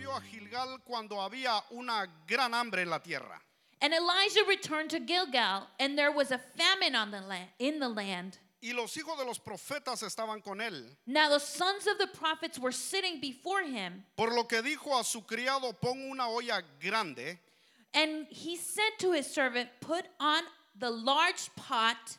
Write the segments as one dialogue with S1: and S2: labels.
S1: Gilgal cuando había una gran hambre en la tierra.
S2: And Elijah returned to Gilgal, and there was a famine on the land, in the land.
S1: Y los hijos de los profetas estaban con él.
S2: Now the sons of the prophets were sitting before him,
S1: Por lo que dijo a su criado, pon una olla grande
S2: and he said to his servant, Put on the large pot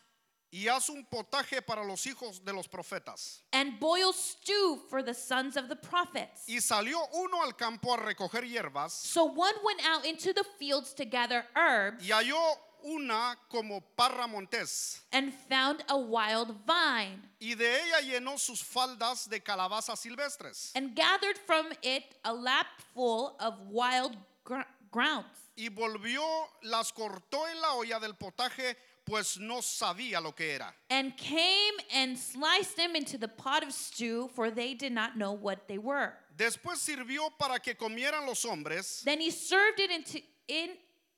S1: y haz un potaje para los hijos de los profetas.
S2: and boil stew for the sons of the prophets.
S1: Y salió uno al campo a recoger hierbas
S2: So one went out into the fields to gather herbs
S1: y halló una como parra montés
S2: and found a wild vine
S1: y de ella llenó sus faldas de calabazas silvestres
S2: and gathered from it a lap full of wild gr- grounds.
S1: y volvió, las cortó en la olla del potaje, pues no sabía lo que era.
S2: and came and sliced them into the pot of stew, for they did not know what they were.
S1: Después sirvió para que comieran los hombres,
S2: Then he served it into in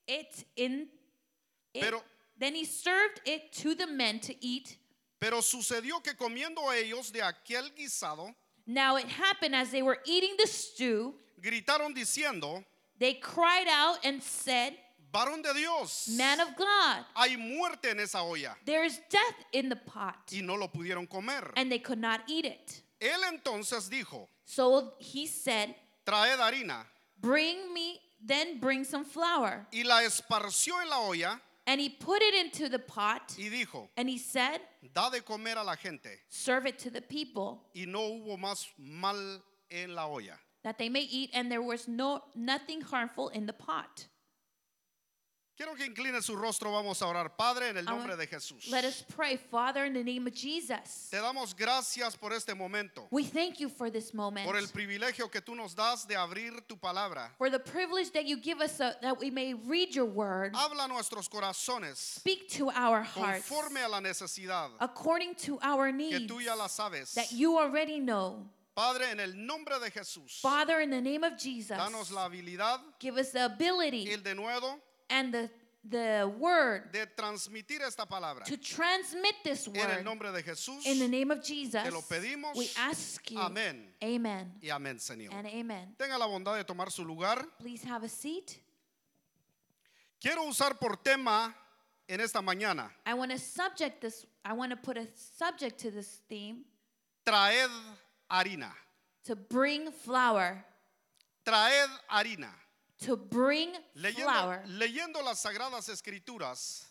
S2: it in it.
S1: Pero-
S2: then he served it to the men to eat.
S1: pero sucedió que comiendo ellos de aquel guisado,
S2: Now it happened as they were eating the stew,
S1: gritaron diciendo,
S2: they cried out and said,
S1: varón de Dios,
S2: "Man of God,
S1: hay muerte en esa olla.
S2: there is death in the pot."
S1: Y no lo pudieron comer.
S2: And they could not eat it.
S1: Él entonces dijo,
S2: So he said,
S1: traed harina.
S2: "Bring me then bring some flour."
S1: Y la esparció en la olla
S2: And he put it into the pot.
S1: y dijo,
S2: And he said,
S1: da de comer a la gente.
S2: Serve it to the people
S1: Y no hubo más mal en la olla.
S2: that they may eat, and there was no nothing harmful in the pot.
S1: Quiero que incline su rostro, vamos a orar, Padre, en el nombre de Jesús.
S2: Let us pray, Father, in the name of Jesus.
S1: Te damos gracias por este momento,
S2: We thank you for this moment,
S1: por el privilegio que tú nos das de abrir tu palabra.
S2: for the privilege that you give us uh, that we may read your word,
S1: Habla a nuestros corazones
S2: speak to our hearts
S1: conforme a la necesidad
S2: according to our
S1: que
S2: needs
S1: tú ya la sabes.
S2: that you already know.
S1: Padre, en el nombre de Jesús,
S2: Father, in the name of Jesus,
S1: danos la habilidad
S2: give us the
S1: y
S2: ability
S1: el denuedo
S2: and the, the word
S1: de transmitir esta palabra.
S2: to transmit this
S1: En el
S2: word
S1: nombre de Jesús
S2: In the name of Jesus,
S1: lo pedimos.
S2: we ask you.
S1: Amén.
S2: Amen.
S1: y amén, Señor.
S2: And amen.
S1: Tenga la bondad de tomar su lugar.
S2: Please have a seat.
S1: Quiero usar por tema en esta mañana,
S2: I want to subject this. I want to put a subject to this theme
S1: traed harina,
S2: to bring flour.
S1: traed harina.
S2: To bring
S1: Leyendo,
S2: flour.
S1: leyendo las sagradas escrituras,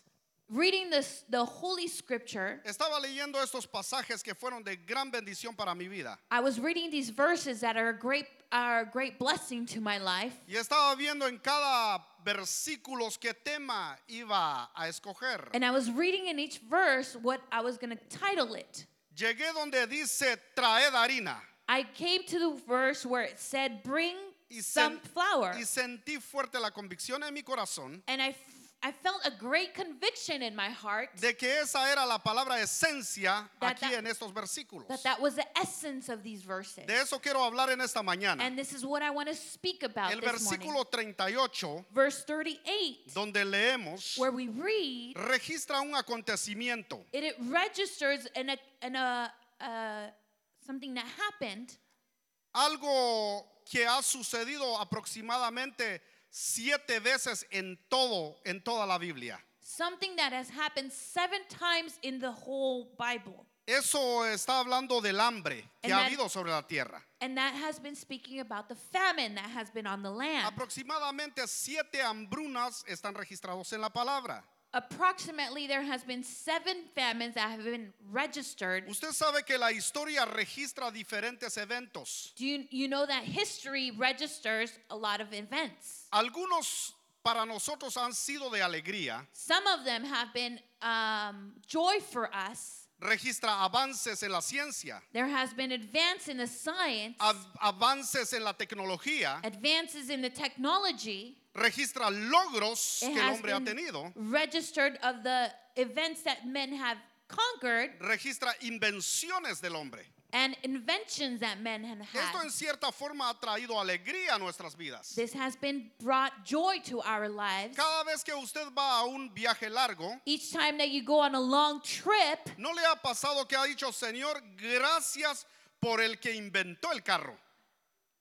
S2: Reading this, the Holy Scripture.
S1: estaba leyendo estos pasajes que fueron de gran bendición para mi vida.
S2: I was reading these verses that are a great, are a great blessing to my life,
S1: Y estaba viendo en cada versículo qué tema iba a escoger.
S2: and I was reading in each verse what I was going to title it.
S1: Llegué donde dice traed harina
S2: I came to the verse where it said, "Bring
S1: y,
S2: some
S1: sen-
S2: flour."
S1: y sentí fuerte la convicción en mi corazón
S2: And I, f- I felt a great conviction in my heart
S1: de que esa era la palabra esencia
S2: That-
S1: aquí
S2: that-
S1: en estos versículos.
S2: that that was the essence of these verses.
S1: De eso quiero hablar en esta mañana.
S2: And this is what I want to speak about
S1: El
S2: this morning.
S1: versículo 38,
S2: Verse 38,
S1: donde leemos,
S2: where we read,
S1: registra un acontecimiento.
S2: it, it registers in a, in a uh, something that happened,
S1: Algo que ha sucedido aproximadamente siete veces en todo, en toda la Biblia.
S2: something that has happened seven times in the whole Bible.
S1: Eso está hablando del hambre que ha
S2: Amen.
S1: habido sobre la tierra.
S2: And that has been speaking about the famine that has been on the land.
S1: Aproximadamente siete hambrunas están registrados en la palabra.
S2: Approximately, there has been seven famines that have been registered
S1: Usted sabe que la historia registra diferentes eventos.
S2: Do you, you know that history registers a lot of events?
S1: Algunos para nosotros han sido de alegría.
S2: Some of them have been um, joy for us.
S1: Registra avances en la ciencia,
S2: There has been advance in the science,
S1: av- avances en la tecnología,
S2: advances in the technology.
S1: registra logros
S2: It
S1: que el
S2: has
S1: hombre ha
S2: been
S1: tenido,
S2: registered of the events that men have conquered
S1: registra invenciones del hombre.
S2: and inventions that men have
S1: Esto
S2: had.
S1: en cierta forma ha traído alegría a nuestras vidas.
S2: This has been brought joy to our lives.
S1: Cada vez que usted va a un viaje largo,
S2: Each time that you go on a long trip,
S1: ¿no le ha pasado que ha dicho, Señor, gracias por el que inventó el carro?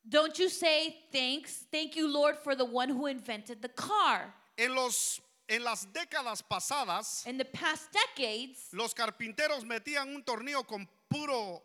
S2: Don't you say thanks? Thank you, Lord, for the one who invented the car.
S1: En, los, en las décadas pasadas,
S2: In the past decades,
S1: los carpinteros metían un tornillo con puro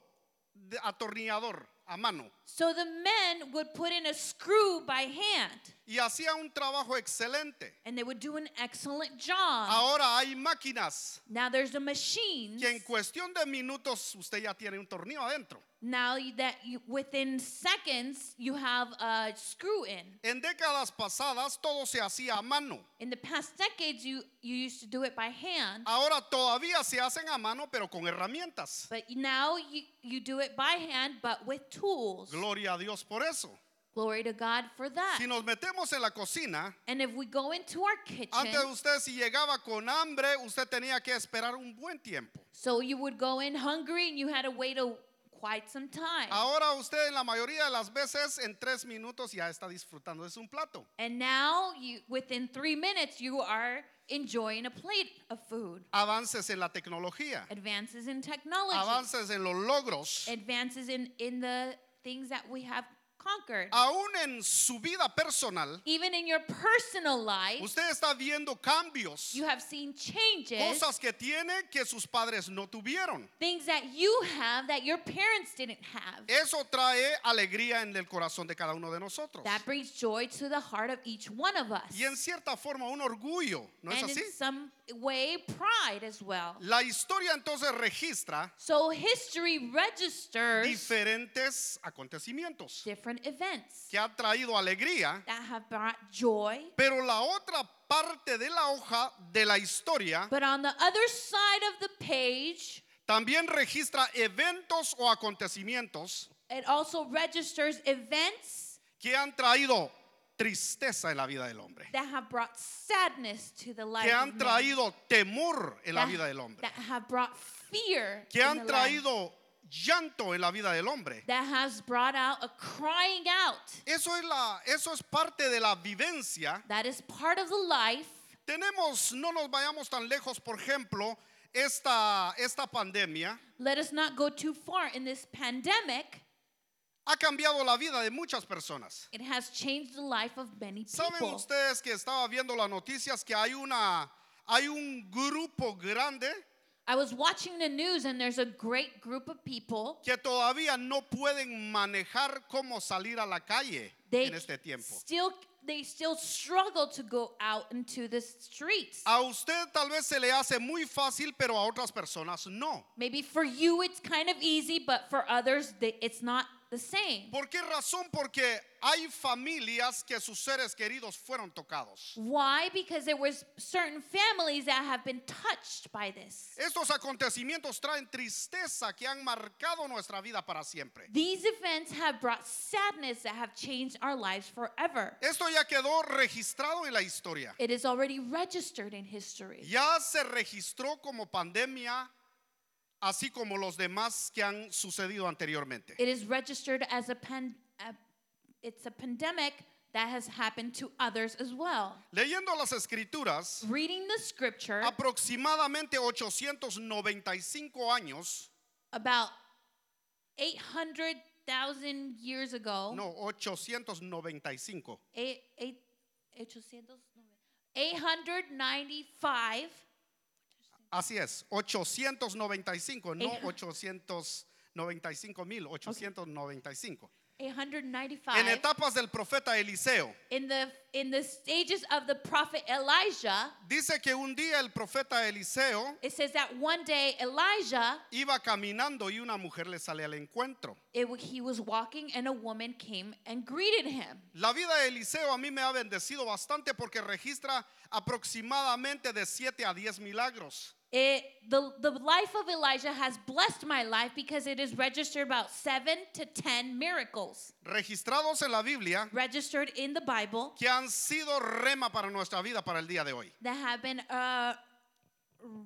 S1: de- atornillador a mano
S2: so the men would put in a screw by hand
S1: y hacían un trabajo excelente.
S2: and they would do an excellent job.
S1: Ahora hay máquinas
S2: Now there's the machines.
S1: que en cuestión de minutos usted ya tiene un tornillo adentro.
S2: Now you- that you, within seconds you have a screw in.
S1: En décadas pasadas todo se hacía a mano.
S2: In the past decades, you, you used to do it by hand,
S1: Ahora todavía se hacen a mano pero con herramientas.
S2: but now you, you do it by hand but with tools.
S1: Gloria a Dios por eso.
S2: Glory to God for that.
S1: Si nos metemos en la cocina,
S2: And if we go into our
S1: antes
S2: kitchen,
S1: usted si llegaba con hambre, usted tenía que esperar un buen tiempo.
S2: so you would go in hungry and you had to wait a, quite some time.
S1: Ahora usted en la mayoría de las veces en tres minutos ya está disfrutando de un plato.
S2: And now you within three minutes you are enjoying a plate of food.
S1: Avances en la tecnología,
S2: Advances in technology.
S1: avances en los logros,
S2: Advances in, in the things that we have conquered.
S1: aún en su vida personal,
S2: Even in your personal life,
S1: usted está viendo cambios,
S2: you have seen changes.
S1: cosas que tiene que sus padres no tuvieron.
S2: Things that you have that your parents didn't have.
S1: Eso trae alegría en el corazón de cada uno de nosotros.
S2: That brings joy to the heart of each one of us.
S1: Y en cierta forma un orgullo, ¿no es
S2: and
S1: así?
S2: in some way pride as well.
S1: La historia entonces registra
S2: So history registers
S1: diferentes acontecimientos
S2: different events
S1: que ha traído alegría,
S2: that have brought joy.
S1: pero la otra parte de la hoja de la historia
S2: But on the other side of the page,
S1: también registra eventos o acontecimientos
S2: it also registers events
S1: que han traído tristeza en la vida del hombre,
S2: that have brought sadness to the life
S1: que
S2: of
S1: han
S2: men,
S1: traído temor en la
S2: that,
S1: vida del hombre,
S2: that have brought fear
S1: que
S2: in
S1: han
S2: the life,
S1: traído llanto en la vida del hombre.
S2: that has brought out a crying out.
S1: Eso es, la, eso es parte de la vivencia
S2: That is part of the life.
S1: Tenemos, no nos vayamos tan lejos, por ejemplo, esta, esta pandemia
S2: Let us not go too far in this pandemic.
S1: ha cambiado la vida de muchas personas.
S2: It has changed the life of many
S1: Saben
S2: people.
S1: ustedes que estaba viendo las noticias que hay una hay un grupo grande
S2: I was watching the news and there's a great group of people.
S1: que todavía no pueden manejar cómo salir a la calle
S2: They
S1: en este tiempo.
S2: still they still struggle to go out into the streets.
S1: A usted tal vez se le hace muy fácil, pero a otras personas no.
S2: Maybe for you it's kind of easy, but for others they, it's not the same.
S1: ¿Por qué razón? Porque hay familias que sus seres queridos fueron tocados.
S2: Why? Because there was certain families that have been touched by this.
S1: Estos acontecimientos traen tristeza que han marcado nuestra vida para siempre.
S2: These events have brought sadness that have changed our lives forever.
S1: Esto ya quedó registrado en la historia.
S2: It is already registered in history.
S1: Ya se registró como pandemia, así como los demás que han sucedido anteriormente.
S2: It is registered as a pan, a, it's a pandemic that has happened to others as well.
S1: Leyendo las escrituras,
S2: Reading the scripture
S1: aproximadamente 895 años,
S2: about 800,000 years ago,
S1: no, 895,
S2: eight, eight, 800, 895,
S1: así es, 895, no
S2: Ej-
S1: 895 mil, 895.
S2: 895
S1: En etapas del profeta Eliseo,
S2: in the in the stages of the prophet Elijah,
S1: dice que un día el profeta Eliseo
S2: it says that one day Elijah
S1: iba caminando y una mujer le sale al encuentro.
S2: it, w- he was walking and a woman came and greeted him.
S1: La vida de Eliseo a mí me ha bendecido bastante porque registra aproximadamente de 7 a 10 milagros.
S2: It, the, the life of Elijah has blessed my life because it is registered about seven to ten miracles
S1: registrados en la Biblia
S2: registered in the Bible
S1: que han sido rema para nuestra vida para el día de hoy.
S2: that have been a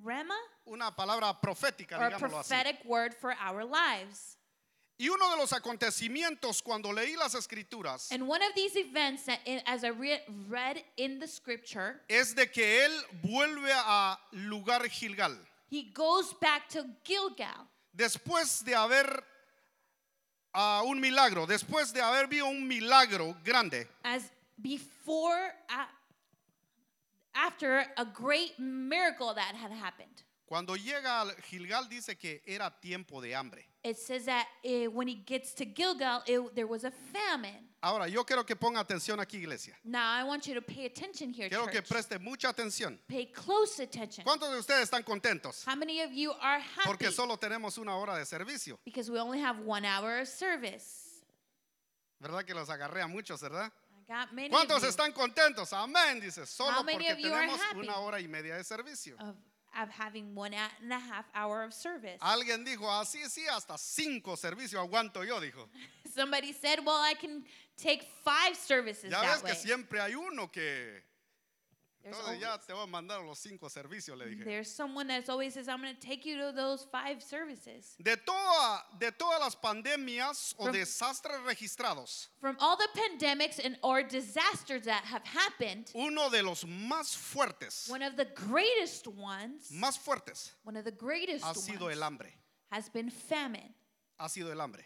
S2: rema
S1: Una palabra profética,
S2: or a
S1: digámoslo así.
S2: prophetic word for our lives.
S1: Y uno de los acontecimientos cuando leí las escrituras
S2: And one of these events that, in, as I re- read in the scripture,
S1: es de que él vuelve a lugar Gilgal.
S2: he goes back to Gilgal
S1: después de haber a un milagro. Después de haber visto un milagro grande,
S2: as before a- after a great miracle that had happened.
S1: cuando llega al Gilgal dice que era tiempo de hambre.
S2: It says that eh, when he gets to Gilgal, it, there was a famine.
S1: Ahora, yo quiero que ponga atención aquí, iglesia.
S2: Now I want you to pay attention here,
S1: Quiero que
S2: church.
S1: preste mucha atención.
S2: pay close attention.
S1: ¿Cuántos de ustedes están contentos?
S2: How many of you are happy
S1: Porque solo tenemos una hora de servicio.
S2: because we only have one hour of service?
S1: ¿Verdad que los agarré a muchos, verdad?
S2: I got many. of
S1: ¿Cuántos
S2: you
S1: están contentos? Amén, dice. Solo
S2: How many
S1: porque
S2: of you are
S1: tenemos
S2: happy? Oh,
S1: una hora y media de servicio.
S2: of, of having one a- and a half hour of service.
S1: Alguien dijo, así sí, hasta cinco servicios aguanto yo, dijo.
S2: Somebody said, "Well, I can take five services
S1: Ya
S2: that
S1: ves
S2: way."
S1: que siempre hay uno que...
S2: There's
S1: Entonces
S2: always-
S1: ya te voy a mandar los cinco servicios, le dije.
S2: There's someone that's always says, I'm going to take you to those five services.
S1: De, toda, de todas las pandemias o
S2: From-
S1: desastres registrados,
S2: From all the pandemics and or disasters that have happened,
S1: uno de los más fuertes,
S2: one of the greatest ones,
S1: más fuertes,
S2: one of the greatest
S1: ha sido el
S2: ones
S1: hambre.
S2: has been famine.
S1: Ha sido el hambre.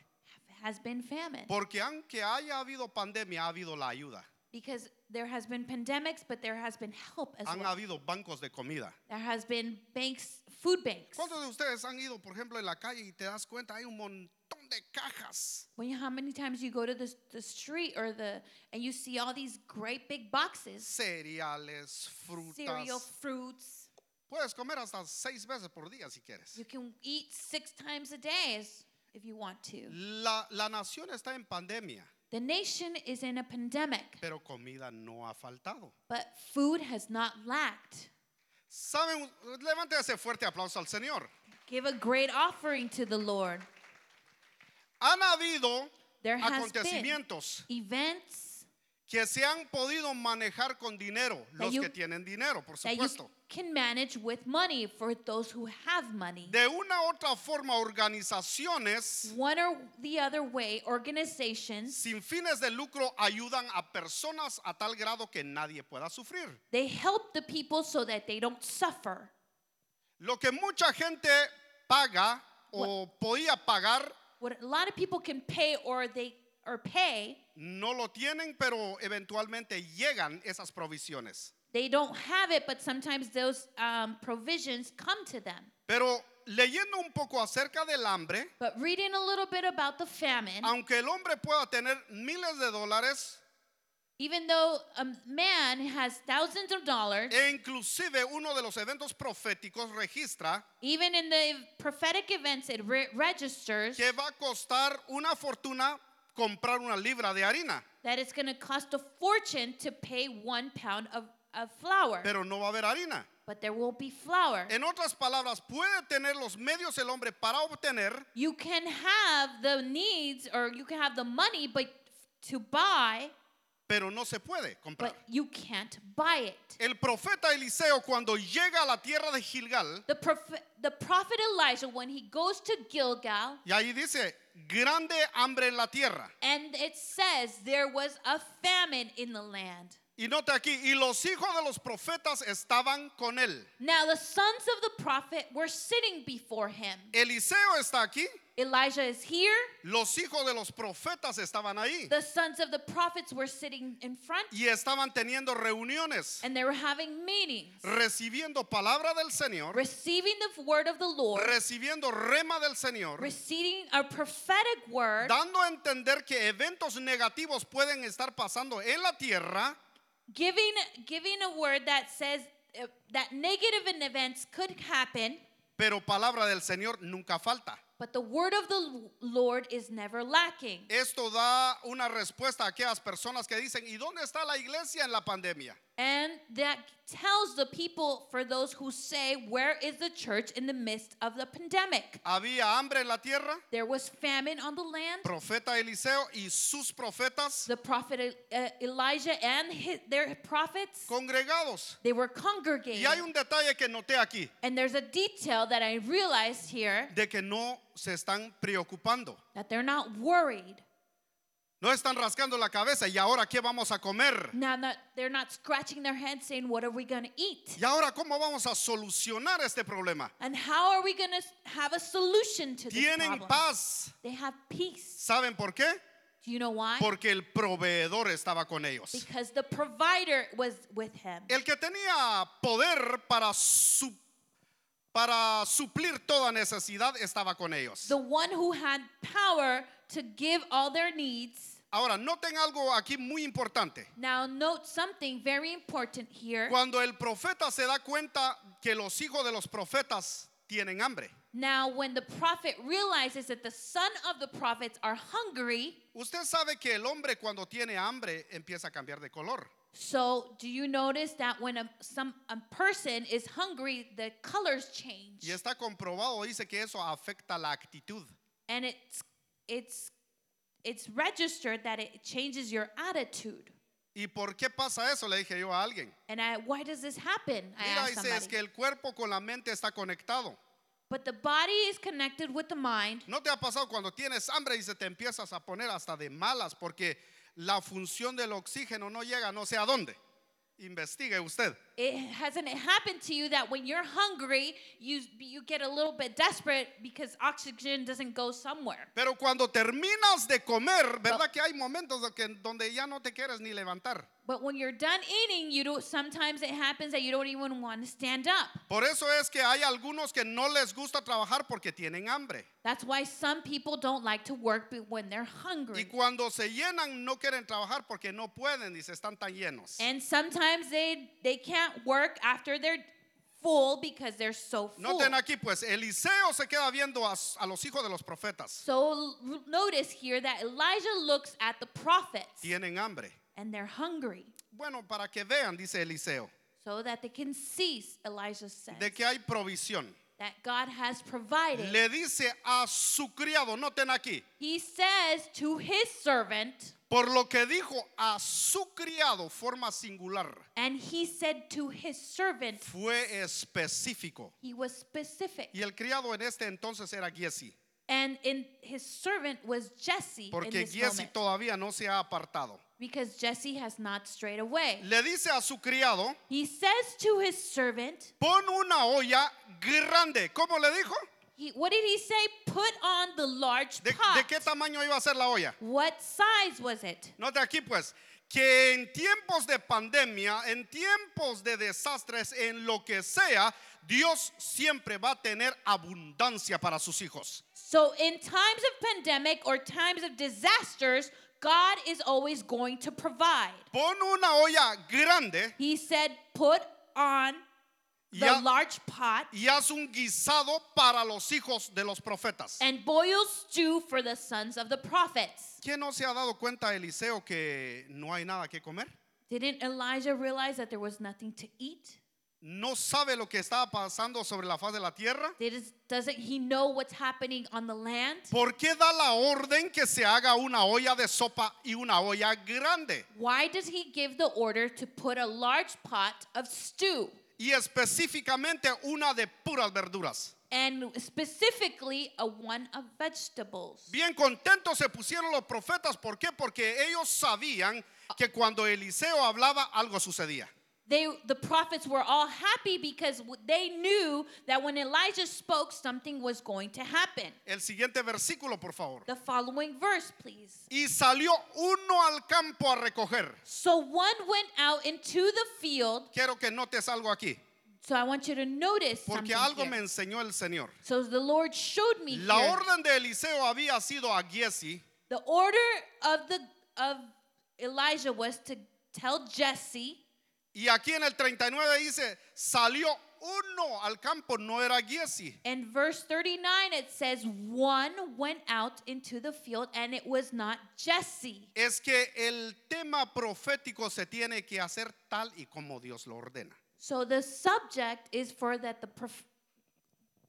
S2: Has been famine.
S1: Porque aunque haya habido pandemia, ha habido la ayuda.
S2: Because there has been pandemics, but there has been help as
S1: Han
S2: well.
S1: habido bancos de comida.
S2: There has been banks, food banks.
S1: ¿Cuántos de ustedes han ido, por ejemplo, en la calle y te das cuenta, hay un montón de cajas?
S2: When you, how many times you go to the, s- the street or the and you see all these great big boxes,
S1: Cereales, frutas.
S2: cereal, fruits.
S1: Puedes comer hasta seis veces por día si quieres.
S2: You can eat six times a day as- if you want to.
S1: La, la nación está en pandemia,
S2: The nation is in a pandemic,
S1: pero comida no ha faltado.
S2: but food has not lacked.
S1: ¿Saben? Levante ese fuerte aplauso al Señor.
S2: Give a great offering to the Lord.
S1: Han habido
S2: There has been
S1: acontecimientos
S2: events
S1: que se han podido manejar con dinero, los
S2: you-
S1: que tienen dinero, por
S2: that you
S1: supuesto.
S2: can manage with money for those who have money.
S1: De una u otra forma, organizaciones
S2: One or the other way, organizations,
S1: sin fines de lucro ayudan a personas a tal grado que nadie pueda sufrir.
S2: they help the people so that they don't suffer.
S1: Lo que mucha gente paga o podía pagar,
S2: What a lot of people can pay or they or pay
S1: no lo tienen, pero eventualmente llegan esas provisiones.
S2: They don't have it, but sometimes those um, provisions come to them.
S1: Pero leyendo un poco acerca del hambre,
S2: But reading a little bit about the famine,
S1: aunque el hombre pueda tener miles de dólares
S2: even though a man has thousands of dollars,
S1: e inclusive uno de los eventos proféticos registra
S2: even in the prophetic events, it re- registers
S1: que va a costar una fortuna comprar una libra de harina,
S2: that it's going to cost a fortune to pay one pound of, of flour.
S1: pero no va a haber harina.
S2: But there will be flour.
S1: En otras palabras, puede tener los medios el hombre para obtener,
S2: You can have the needs or you can have the money, but to buy,
S1: pero no se puede
S2: but
S1: comprar.
S2: you can't buy it.
S1: El profeta Eliseo cuando llega a la tierra de Gilgal,
S2: The prophet, the prophet Elijah, when he goes to Gilgal,
S1: y ahí dice, grande hambre en la tierra.
S2: and it says there was a famine in the land.
S1: Y nota aquí, y los hijos de los profetas estaban con él.
S2: Now the sons of the prophet were sitting before him.
S1: Eliseo está aquí,
S2: Elijah is here.
S1: los hijos de los profetas estaban ahí
S2: The sons of the prophets were sitting in front,
S1: y estaban teniendo reuniones,
S2: and they were having meetings,
S1: recibiendo palabra del Señor,
S2: receiving the word of the Lord,
S1: recibiendo rema del Señor,
S2: receiving a prophetic word,
S1: dando a entender que eventos negativos pueden estar pasando en la tierra,
S2: giving giving a word that says uh, that negative events could happen.
S1: pero palabra del Señor nunca falta.
S2: But the word of the L- Lord is never lacking.
S1: Esto da una respuesta a aquellas personas que dicen, ¿y dónde está la iglesia en la pandemia?
S2: And that tells the people for those who say, Where is the church in the midst of the pandemic?
S1: Había hambre en la tierra,
S2: There was famine on the land.
S1: profeta Eliseo y sus profetas
S2: The prophet uh, Elijah and his, their prophets,
S1: congregados.
S2: they were
S1: Y hay
S2: congregating.
S1: un detalle que noté aquí,
S2: And there's a detail that I realized here
S1: de que no se están preocupando.
S2: that they're not worried.
S1: No están rascando la cabeza. ¿Y ahora qué vamos a comer?
S2: Now not, they're not scratching their heads saying, What are we going to eat?
S1: ¿Y ahora cómo vamos a solucionar este problema?
S2: And how are we going to have a solution to this
S1: Tienen
S2: problem?
S1: paz.
S2: They have peace.
S1: ¿Saben por qué?
S2: Do you know why?
S1: Porque el proveedor estaba con ellos.
S2: Because the provider was with him.
S1: El que tenía poder para, su- para suplir toda necesidad estaba con ellos.
S2: The one who had power to give all their needs.
S1: Ahora, noten algo aquí muy importante.
S2: Now, note something very important here.
S1: Cuando el profeta se da cuenta que los hijos de los profetas tienen hambre,
S2: Now, when the prophet realizes that the son of the prophets are hungry,
S1: usted sabe que el hombre cuando tiene hambre empieza a cambiar de color.
S2: so do you notice that when a, some, a person is hungry, the colors change?
S1: Y está comprobado, dice que eso afecta la actitud.
S2: And it's, it's, it's registered that it changes your attitude.
S1: ¿Y por qué pasa eso? Le dije yo a alguien.
S2: And I, why does this happen? I
S1: Mira, dice,
S2: asked somebody.
S1: es que el cuerpo con la mente está conectado.
S2: But the body is connected with the mind.
S1: ¿No te ha pasado cuando tienes hambre y se te empiezas a poner hasta de malas porque la función del oxígeno no llega no sé a dónde? Investigue usted.
S2: It hasn't it happened to you that when you're hungry, you you get a little bit desperate because oxygen doesn't go somewhere.
S1: Pero cuando terminas de comer, ¿verdad que hay momentos de que- donde ya no te quieres ni levantar?
S2: But when you're done eating, you don't. Sometimes it happens that you don't even want to stand up.
S1: Por eso es que hay algunos que no les gusta trabajar porque tienen hambre.
S2: That's why some people don't like to work be- when they're
S1: Y
S2: hungry.
S1: cuando se llenan no quieren trabajar porque no pueden y se están tan llenos.
S2: And sometimes they they can't work after they're full because they're so full.
S1: Noten aquí pues, Eliseo se queda viendo a, a los hijos de los profetas.
S2: So l- notice here that Elijah looks at the prophets
S1: Tienen hambre.
S2: and they're hungry.
S1: Bueno, para que vean, dice Eliseo,
S2: so that they can cease, Elijah says,
S1: de que hay provisión.
S2: that God has provided.
S1: Le dice a su criado, noten aquí,
S2: he says to his servant,
S1: por lo que dijo a su criado, forma singular.
S2: and he said to his servant,
S1: fue específico.
S2: he was specific.
S1: Y el criado en este entonces era Giesi,
S2: And in his servant was Jesse in
S1: porque
S2: this
S1: Giesi
S2: moment,
S1: todavía no se ha apartado.
S2: because Jesse has not strayed away.
S1: Le dice a su criado,
S2: He says to his servant,
S1: pon una olla grande. ¿Cómo le dijo?
S2: he, what did he say? Put on the large
S1: ¿De,
S2: pot.
S1: de qué tamaño iba a ser la olla?
S2: what size was it?
S1: Note aquí pues que en tiempos de pandemia, en tiempos de desastres, en lo que sea, Dios siempre va a tener abundancia para sus hijos.
S2: So, in times of pandemic or times of disasters, God is always going to provide.
S1: Pon una olla grande
S2: He said, Put on
S1: y,
S2: the
S1: ha-
S2: large pot
S1: y haz un guisado para los hijos de los profetas.
S2: and boil stew for the sons of the prophets.
S1: ¿Quién no se ha dado cuenta, Eliseo, que no hay nada que comer?
S2: Didn't Elijah realize that there was nothing to eat?
S1: ¿No sabe lo que estaba pasando sobre la faz de la tierra?
S2: Did, doesn't he know what's happening on the land?
S1: ¿Por qué da la orden que se haga una olla de sopa y una olla grande?
S2: Why does he give the order to put a large pot of stew
S1: Y específicamente una de puras verduras.
S2: and specifically a one of vegetables?
S1: Bien contentos se pusieron los profetas. ¿Por qué? Porque ellos sabían que cuando Eliseo hablaba algo sucedía.
S2: they the prophets were all happy because w- they knew that when Elijah spoke something was going to happen.
S1: El siguiente versículo, por favor.
S2: The following verse, please.
S1: Y salió uno al campo a recoger.
S2: So one went out into the field.
S1: Quiero que notes algo aquí.
S2: So I want you to notice
S1: Porque
S2: something
S1: algo
S2: here.
S1: me enseñó el Señor.
S2: So the Lord showed me
S1: La
S2: here.
S1: orden de Eliseo había sido a Giesi
S2: the order of the of Elijah was to tell Jesse
S1: y aquí en el 39 dice, salió uno al campo, no era Giesi.
S2: in verse 39 it says one went out into the field and it was not Jesse.
S1: Es que el tema profético se tiene que hacer tal y como Dios lo ordena.
S2: So the subject is for that the prof-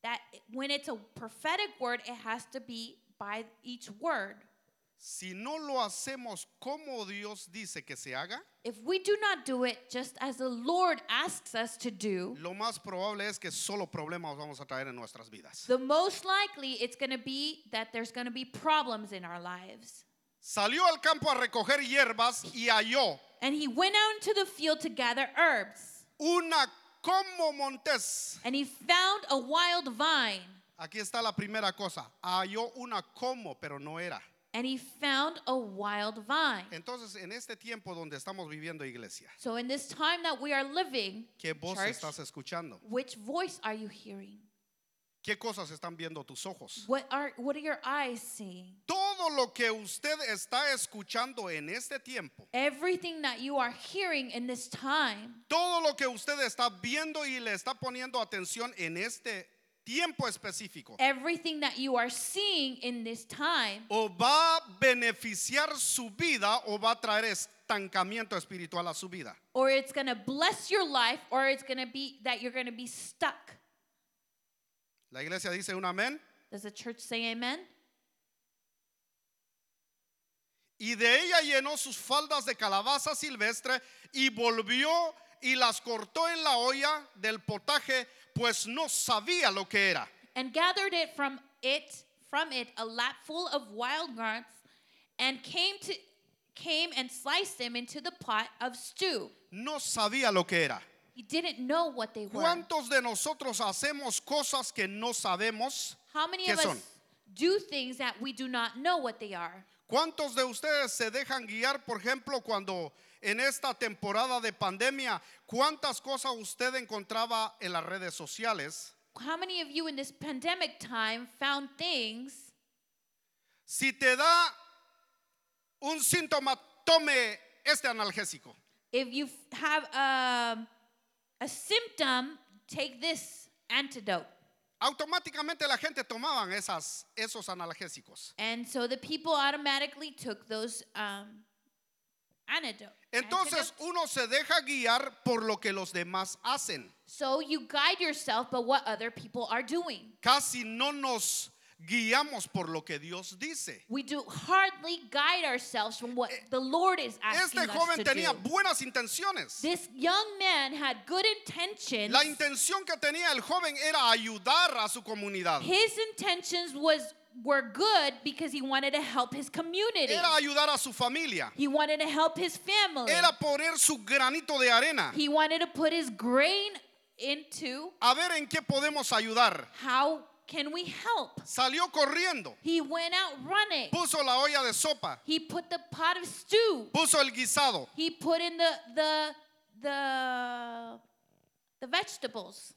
S2: that when it's a prophetic word, it has to be by each word.
S1: Si no lo hacemos como Dios dice que se haga,
S2: If we do not do it just as the Lord asks us to do,
S1: lo más probable es que solo problemas vamos a traer en nuestras vidas.
S2: the most likely it's going to be that there's going to be problems in our lives.
S1: Salió al campo a recoger hierbas y halló
S2: And he went out into the field to gather herbs.
S1: una como montés.
S2: And he found a wild vine.
S1: Aquí está la primera cosa. Halló una como, pero no era.
S2: And he found a wild vine.
S1: Entonces, en este tiempo donde estamos viviendo, iglesia,
S2: So, in this time that we are living,
S1: ¿qué voz
S2: church,
S1: estás escuchando?
S2: which voice are you hearing?
S1: ¿Qué cosas están viendo tus ojos?
S2: What are, what are your eyes seeing?
S1: Todo lo que usted está escuchando en este tiempo,
S2: Everything that you are hearing in this time,
S1: todo lo que usted está viendo y le está poniendo atención en este tiempo específico,
S2: everything that you are seeing in this time,
S1: o va a beneficiar su vida o va a traer estancamiento espiritual a su vida.
S2: or it's going to bless your life, or it's going to be that you're going to be stuck.
S1: La iglesia dice un amén.
S2: Does the church say amen?
S1: Y de ella llenó sus faldas de calabaza silvestre y volvió y las cortó en la olla del potaje, pues no sabía lo que era.
S2: And gathered it from it from it a lapful of wild garns, and came to came and sliced them into the pot of stew.
S1: No sabía lo que era.
S2: He didn't know what they were.
S1: ¿Cuántos de nosotros hacemos cosas que no sabemos?
S2: How many
S1: ¿Qué
S2: of us
S1: son?
S2: do things that we do not know what they are?
S1: ¿Cuántos de ustedes se dejan guiar, por ejemplo, cuando en esta temporada de pandemia, cuántas cosas usted encontraba en las redes sociales?
S2: How many of you in this pandemic time found things?
S1: Si te da un síntoma, tome este analgésico.
S2: If you f- have um, a symptom, take this antidote.
S1: Automáticamente la gente tomaban esas, esos analgésicos.
S2: And so the people automatically took those um, antidote.
S1: Entonces
S2: antidotes.
S1: uno se deja guiar por lo que los demás hacen.
S2: so you guide yourself by what other people are doing.
S1: Casi no nos guiamos por lo que Dios dice.
S2: We do hardly guide ourselves from what the Lord is asking
S1: Eh, Este
S2: us
S1: joven
S2: to
S1: tenía
S2: do.
S1: buenas intenciones.
S2: This young man had good intentions.
S1: La intención que tenía el joven era ayudar a su comunidad.
S2: His intentions was were good because he wanted to help his community.
S1: Era ayudar a su familia.
S2: He wanted to help his family.
S1: Era poner su granito de arena.
S2: He wanted to put his grain into
S1: A ver en qué podemos ayudar.
S2: how can we help?
S1: Salió corriendo.
S2: He went out running.
S1: Puso la olla de sopa.
S2: He put the pot of stew.
S1: Puso el guisado.
S2: He put in the the the the vegetables.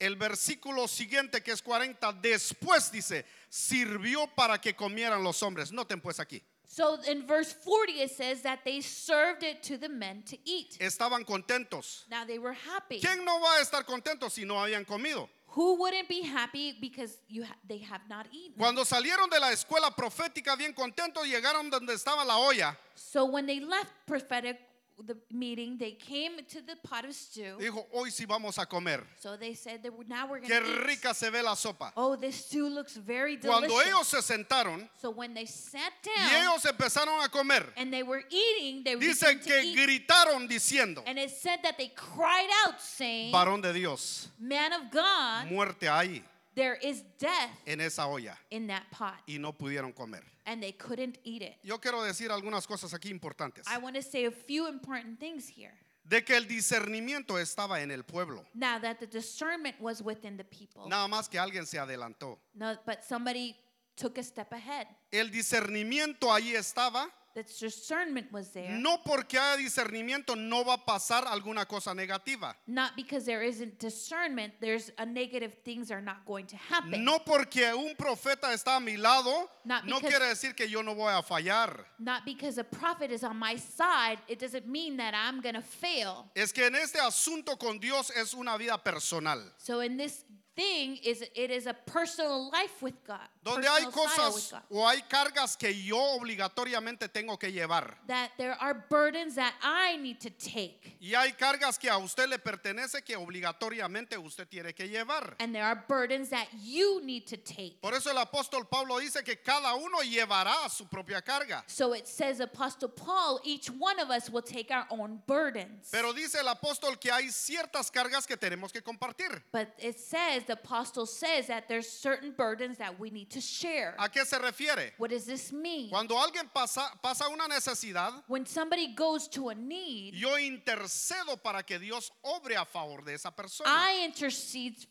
S1: El versículo siguiente, que es 40, después dice, sirvió para que comieran los hombres. Noten pues aquí.
S2: So in verse 40 it says that they served it to the men to eat.
S1: Estaban contentos.
S2: Now they were happy.
S1: ¿Quién no va a estar contento si no habían comido?
S2: Who wouldn't be happy because you ha- they have not eaten?
S1: Cuando salieron de la escuela profética bien contentos, llegaron donde estaba la olla.
S2: So when they left prophetic the meeting, they came to the pot of stew.
S1: Dijo, hoy sí vamos a comer.
S2: So they said that now we're
S1: Qué
S2: going to
S1: rica se ve la sopa.
S2: Oh, this stew looks very delicious.
S1: Cuando ellos se sentaron
S2: so when they sat
S1: y
S2: down
S1: ellos empezaron a comer,
S2: and they were eating, they
S1: dice
S2: began to
S1: que
S2: eat,
S1: gritaron diciendo,
S2: and it said that they cried out, saying,
S1: varón de Dios,
S2: "Man of God,
S1: muerte ahí
S2: there is death
S1: en esa olla.
S2: in that pot,"
S1: Y no pudieron comer.
S2: and they couldn't eat it.
S1: Yo quiero decir algunas cosas aquí importantes.
S2: I want to say a few important things here.
S1: De que el discernimiento estaba en el pueblo.
S2: Now that the discernment was within the people,
S1: Nada más que alguien se adelantó.
S2: no, but somebody took a step ahead.
S1: El discernimiento ahí estaba.
S2: The discernment was there.
S1: No porque haya discernimiento no va a pasar alguna cosa negativa.
S2: Not because there isn't discernment, there's a negative things are not going to happen.
S1: No porque un profeta está a mi lado,
S2: Not
S1: no
S2: because-
S1: quiere decir que yo no voy a fallar.
S2: Not because a prophet is on my side, it doesn't mean that I'm going to fail.
S1: Es que en este asunto con Dios es una vida personal,
S2: So in this thing is it is a personal life with God.
S1: donde hay
S2: personal style
S1: cosas
S2: with God.
S1: o hay cargas que yo obligatoriamente tengo que llevar.
S2: that there are burdens that I need to take
S1: Y hay cargas que a usted le pertenece que obligatoriamente usted tiene que llevar.
S2: and there are burdens that you need to take.
S1: Por eso el apóstol Pablo dice que cada uno llevará su propia carga.
S2: So it says apostle Paul each one of us will take our own burdens.
S1: Pero dice el apóstol que hay ciertas cargas que tenemos que compartir.
S2: but it says the apostle says that there's certain burdens that we need to share.
S1: ¿A qué se refiere?
S2: What does this mean?
S1: Cuando alguien pasa, pasa una necesidad,
S2: When somebody goes to a need,
S1: yo intercedo para que Dios obre a favor de esa persona.
S2: I intercede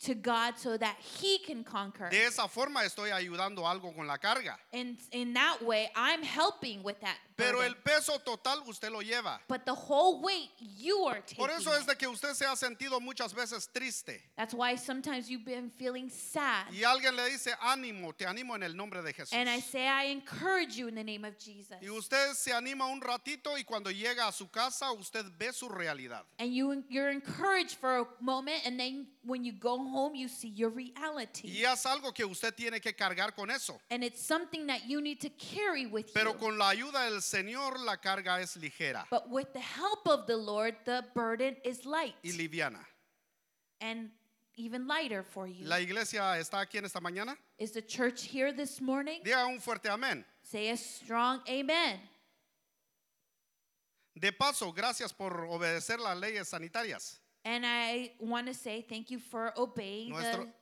S2: to God so that He can conquer.
S1: De esa forma estoy ayudando algo con la carga.
S2: And in that way, I'm helping with that.
S1: Pero
S2: burden.
S1: el peso total usted lo lleva.
S2: but the whole weight you are taking.
S1: Por eso es
S2: it.
S1: de que usted se ha sentido muchas veces triste.
S2: That's why sometimes you've been feeling sad.
S1: Y alguien le dice, ánimo, te animo en el nombre de Jesús.
S2: And I say, I encourage you in the name of Jesus.
S1: Y usted se anima un ratito y cuando llega a su casa usted ve su realidad.
S2: And you, you're encouraged for a moment, and then when you go home, you see your reality.
S1: Y es algo que usted tiene que cargar con eso.
S2: And it's something that you need to carry with
S1: Pero
S2: you.
S1: con la ayuda del Señor la carga es ligera
S2: But with the help of the Lord, the burden is light
S1: y liviana.
S2: and even lighter for you.
S1: La iglesia está aquí en esta mañana.
S2: Is the church here this morning?
S1: Diga un fuerte amén.
S2: Say a strong amen.
S1: De paso, gracias por obedecer las leyes sanitarias.
S2: And I want to say thank you for obeying
S1: Nuestro-
S2: the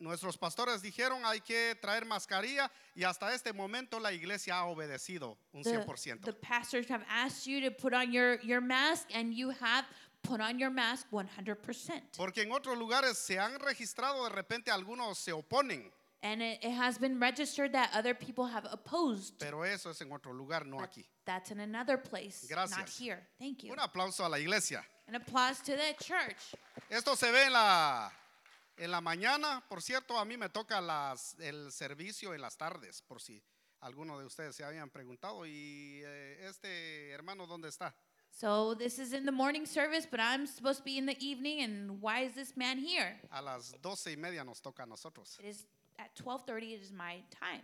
S1: nuestros pastores dijeron hay que traer mascarilla y hasta este momento la iglesia ha obedecido un
S2: the,
S1: 100%.
S2: the pastors have asked you to put on your, your mask and you have put on your mask 100%
S1: Porque en otros lugares se han registrado, de repente algunos se oponen,
S2: and it, it has been registered that other people have opposed
S1: pero eso es en otro lugar, no aquí.
S2: that's in another place not
S1: Gracias.
S2: here thank you
S1: Un aplauso a la iglesia.
S2: an applause to the church
S1: Esto se ve en la, en la mañana, por cierto, a mí me toca las, el servicio en las tardes, por si alguno de ustedes se habían preguntado, y eh, este hermano, ¿dónde está?
S2: so this is in the morning service but i'm supposed to be in the evening and why is this man here
S1: A las doce y media nos toca a nosotros,
S2: it is at 12.30 it is my time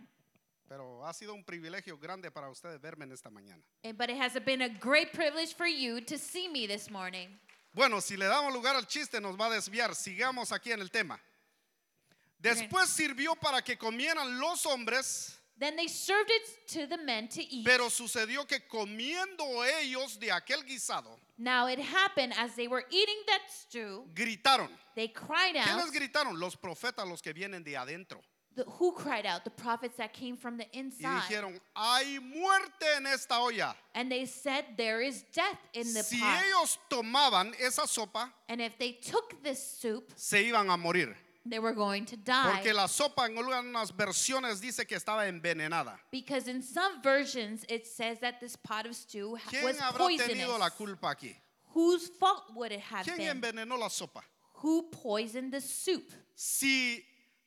S1: pero ha sido un privilegio grande para ustedes verme en esta mañana.
S2: Eh, but it has been a great privilege for you to see me this morning.
S1: Bueno, si le damos lugar al chiste nos va a desviar. Sigamos aquí en el tema. Después sirvió para que comieran los hombres,
S2: Then they served it to the men to eat.
S1: pero sucedió que comiendo ellos de aquel guisado,
S2: now it happened as they were eating that stew,
S1: gritaron.
S2: they cried
S1: ¿Quiénes
S2: out.
S1: gritaron? Los profetas, los que vienen de adentro.
S2: The, who cried out? The prophets that came from the
S1: Y
S2: inside.
S1: dijeron, hay muerte en esta olla.
S2: and they said, There is death in the
S1: Si
S2: pot.
S1: ellos tomaban esa sopa,
S2: and if they took this soup,
S1: se iban a morir.
S2: they were going to die.
S1: Porque la sopa en algunas versiones dice que estaba envenenada.
S2: because in some versions it says that this pot of stew ha-
S1: ¿Quién
S2: was
S1: habrá
S2: poisonous.
S1: tenido la culpa aquí?
S2: Whose fault would it have
S1: ¿Quién
S2: been?
S1: envenenó la sopa?
S2: Who poisoned the soup?
S1: si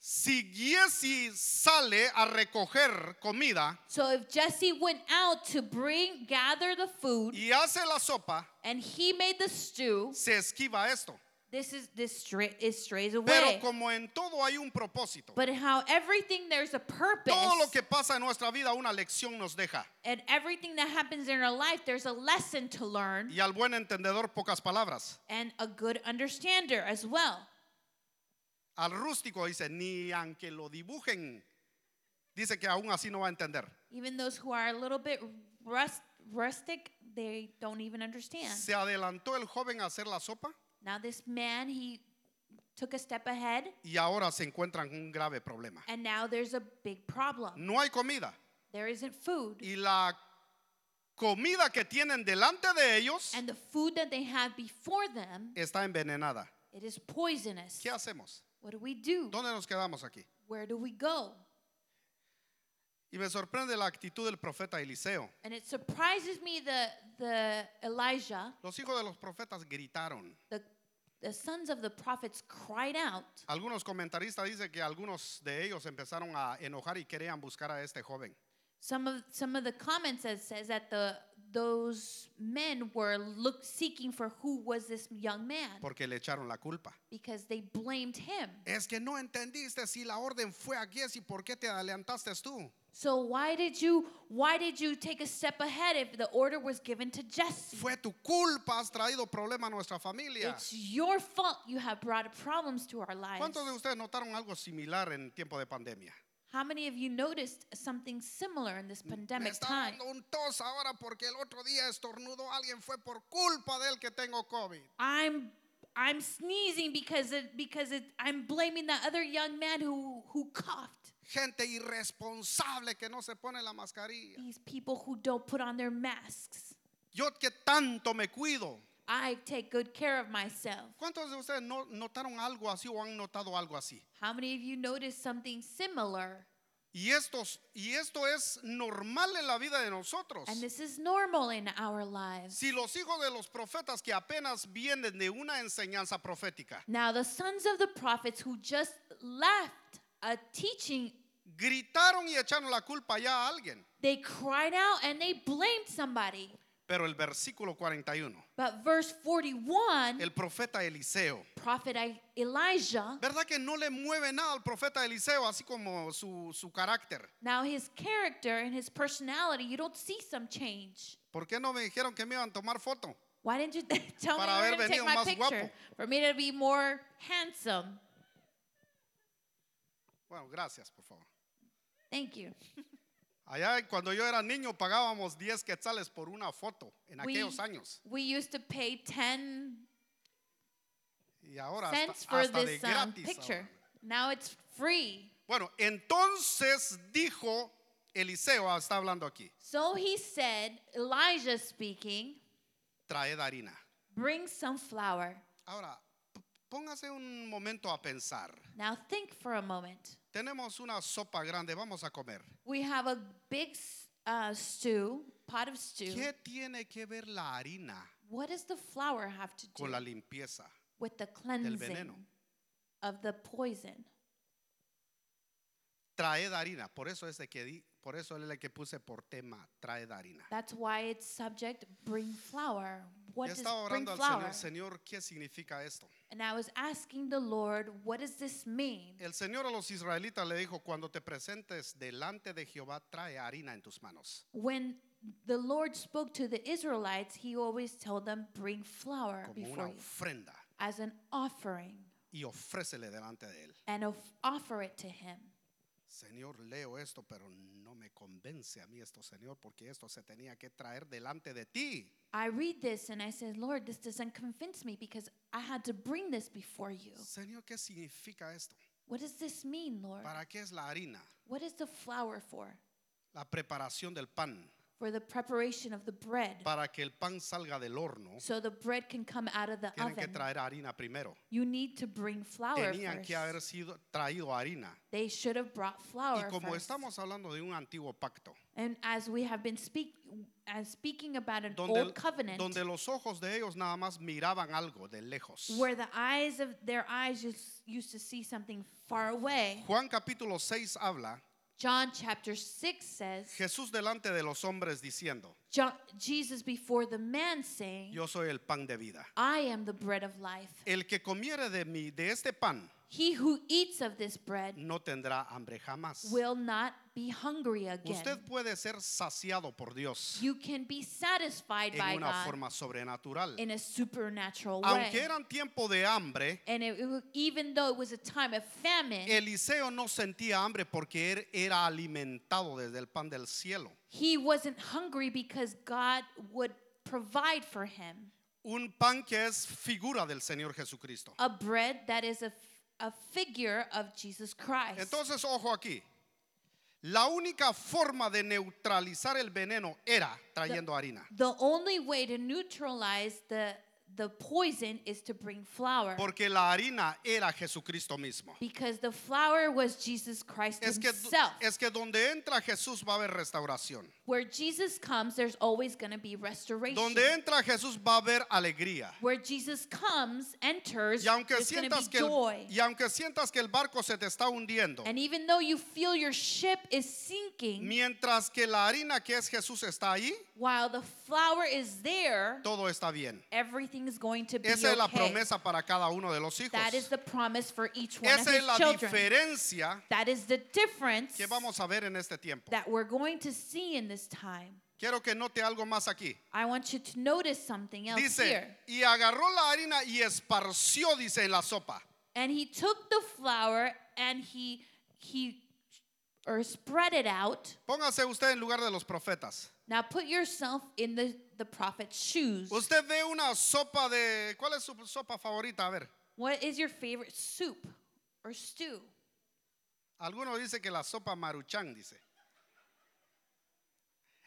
S1: si Giesi sale a recoger comida
S2: So if Jesse went out to bring gather the food
S1: y hace la sopa,
S2: and he made the stew,
S1: se esquiva esto.
S2: this is this stra- it strays away.
S1: Pero como en todo hay un propósito.
S2: But how everything there's a purpose,
S1: Todo lo que pasa en nuestra vida una lección nos deja.
S2: and everything that happens in our life, there's a lesson to learn
S1: Y al buen entendedor pocas palabras.
S2: and a good understander as well.
S1: Al rústico dice, ni aunque lo dibujen, dice que aún así no va a entender.
S2: Even those who are a little bit rust- rustic, they don't even understand.
S1: Se adelantó el joven a hacer la sopa
S2: Now this man, he took a step ahead,
S1: y ahora se encuentran un grave problema.
S2: and now there's a big problem.
S1: No hay comida.
S2: There isn't food.
S1: y la comida que tienen delante de ellos
S2: and the food that they have before them
S1: está envenenada.
S2: it is poisonous
S1: ¿Qué hacemos?
S2: what do we do
S1: ¿Dónde nos quedamos aquí?
S2: where do we go
S1: Y me sorprende la actitud del profeta Eliseo.
S2: and it surprises me the the elijah
S1: Los hijos de los profetas gritaron.
S2: the the sons of the prophets cried out
S1: Algunos comentaristas dicen que algunos de ellos empezaron a enojar y querían buscar a este joven.
S2: some of some of the comments that says that the those men were look seeking for who was this young man
S1: Porque le echaron la culpa.
S2: because they blamed him
S1: Es que no entendiste si la orden fue a Gies y por qué te adelantaste tú.
S2: so why did you why did you take a step ahead if the order was given to Jesse
S1: Fue tu culpa, has traído problema a nuestra familia.
S2: It's your fault you have brought problems to our lives.
S1: ¿Cuántos de ustedes notaron algo similar en tiempo de pandemia?
S2: How many of you noticed something similar in this
S1: Me
S2: pandemic
S1: está
S2: time?
S1: dando un tos ahora porque el otro día estornudó alguien fue por culpa de él que tengo COVID.
S2: I'm I'm sneezing because it, because it, I'm blaming the other young man who who coughed.
S1: Gente irresponsable que no se pone la mascarilla.
S2: These people who don't put on their masks.
S1: Yo que tanto me cuido.
S2: I take good care of myself.
S1: ¿Cuántos de ustedes no- notaron algo así o han notado algo así?
S2: How many of you noticed something similar?
S1: Y, estos, y esto es normal en la vida de nosotros.
S2: And this is normal in our lives.
S1: Si los hijos de los profetas que apenas vienen de una enseñanza profética
S2: Now, the sons of the prophets who just left a teaching,
S1: gritaron y echaron la culpa ya a alguien.
S2: they cried out and they blamed somebody.
S1: Pero el versículo 41,
S2: But verse 41,
S1: el profeta Eliseo,
S2: prophet I- Elijah,
S1: ¿verdad que no le mueve nada al profeta Eliseo, así como su, su carácter?
S2: now his character and his personality, you don't see some change.
S1: ¿Por qué no me dijeron que me iban a tomar foto?
S2: Why didn't you tell me
S1: Para haber
S2: you were going to
S1: venido
S2: take my
S1: más
S2: picture?
S1: guapo.
S2: For me to be more handsome.
S1: Bueno, gracias, por favor.
S2: Thank you.
S1: Allá cuando yo era niño pagábamos 10 quetzales por una foto en
S2: We-
S1: aquellos años.
S2: We used to pay 10
S1: Y ahora hasta,
S2: cents for
S1: hasta de
S2: this um,
S1: gratis.
S2: picture.
S1: ahora.
S2: Now it's free.
S1: Bueno, entonces dijo Eliseo, ah, está hablando aquí,
S2: So he said, Elijah speaking,
S1: traed harina.
S2: bring some flour.
S1: Ahora, p- póngase un momento a pensar.
S2: Now think for a moment.
S1: Tenemos una sopa grande, vamos a comer.
S2: We have a big s- uh, stew, pot of stew.
S1: ¿Qué tiene que ver la harina
S2: What does the flour have to do
S1: con la limpieza?
S2: with the cleansing
S1: veneno.
S2: of the poison?
S1: Traed harina, por eso es el que di- por eso es el que puse por tema, traed harina.
S2: That's why it's subject bring flour. What
S1: Yo
S2: does
S1: estaba
S2: bring
S1: orando al
S2: flour?
S1: Señor, Señor, ¿qué significa esto?
S2: And I was asking the Lord, what does this mean?
S1: El Señor a los israelitas le dijo, cuando te presentes delante de Jehová, trae harina en tus manos.
S2: When the Lord spoke to the Israelites, he always told them, bring flour
S1: como una
S2: before you
S1: ofrenda
S2: as an offering
S1: y ofrécele delante de él.
S2: and of- offer it to him.
S1: Señor, leo esto, pero no me convence a mí esto, Señor, porque esto se tenía que traer delante de ti.
S2: I read this and I said, Lord, this doesn't convince me because I had to bring this before you.
S1: Señor, ¿qué significa esto?
S2: What does this mean, Lord?
S1: ¿Para qué es la harina?
S2: What is the flour for?
S1: La preparación del pan,
S2: For the preparation of the bread.
S1: para que el pan salga del horno,
S2: So the bread can come out of the
S1: tienen que
S2: oven.
S1: traer harina primero.
S2: You need to bring flour
S1: Tenían
S2: first.
S1: que haber sido traído harina.
S2: They should have brought flour
S1: Y como
S2: first.
S1: estamos hablando de un antiguo pacto,
S2: And as we have been speak, as speaking about an
S1: donde,
S2: old covenant,
S1: donde los ojos de ellos nada más miraban algo de lejos.
S2: where the eyes of their eyes just used to see something far away,
S1: Juan capítulo 6 habla
S2: John chapter 6 says,
S1: Jesús delante de los hombres diciendo,
S2: John, Jesus before the man saying,
S1: yo soy el pan de vida.
S2: I am the bread of life.
S1: El que comiere de mí, de este pan,
S2: He who eats of this bread
S1: no tendrá hambre jamás.
S2: will not be hungry again.
S1: Usted puede ser saciado por Dios
S2: You can be satisfied by
S1: en una
S2: God
S1: forma sobrenatural.
S2: in a supernatural way.
S1: Aunque eran tiempo de hambre,
S2: And it, it wa- even though it was a time of famine,
S1: Eliseo no sentía hambre porque él era alimentado desde el pan del cielo.
S2: he wasn't hungry because God would provide for him
S1: Un pan que es figura del Señor Jesucristo.
S2: a bread that is a, f- a figure of Jesus Christ.
S1: Entonces, ojo aquí. La única forma de neutralizar el veneno era trayendo harina.
S2: the only way to neutralize the, the poison is to bring flour.
S1: Porque la harina era Jesucristo mismo.
S2: because the flour was Jesus Christ
S1: Es que,
S2: himself.
S1: es que donde entra Jesús va a haber restauración.
S2: Where Jesus comes, there's always going to be restoration.
S1: Donde entra Jesús va a haber alegría.
S2: Where Jesus comes, enters,
S1: Y aunque,
S2: there's going to
S1: sientas
S2: be
S1: que
S2: joy.
S1: el, y aunque sientas que el barco se te está hundiendo,
S2: And even though you feel your ship is sinking,
S1: mientras que la harina que es Jesús está ahí,
S2: while the flower is there,
S1: todo está bien.
S2: everything is going to be
S1: Esa es la
S2: okay.
S1: promesa para cada uno de los hijos.
S2: That is the promise for each one of
S1: Esa es
S2: his
S1: la
S2: children.
S1: diferencia
S2: That is the difference
S1: que vamos a ver en este tiempo.
S2: that we're going to see in this time.
S1: Quiero que note algo más aquí.
S2: I want you to notice something else here.
S1: Dice, y agarró la harina y esparció, dice, en la sopa.
S2: And he took the flower and he he or spread it out.
S1: Póngase usted en lugar de los profetas.
S2: Now put yourself in the the prophet's shoes.
S1: Usted ve una sopa de... ¿Cuál es su sopa favorita? A ver.
S2: What is your favorite soup or stew?
S1: Algunos dicen que la sopa maruchán, dice.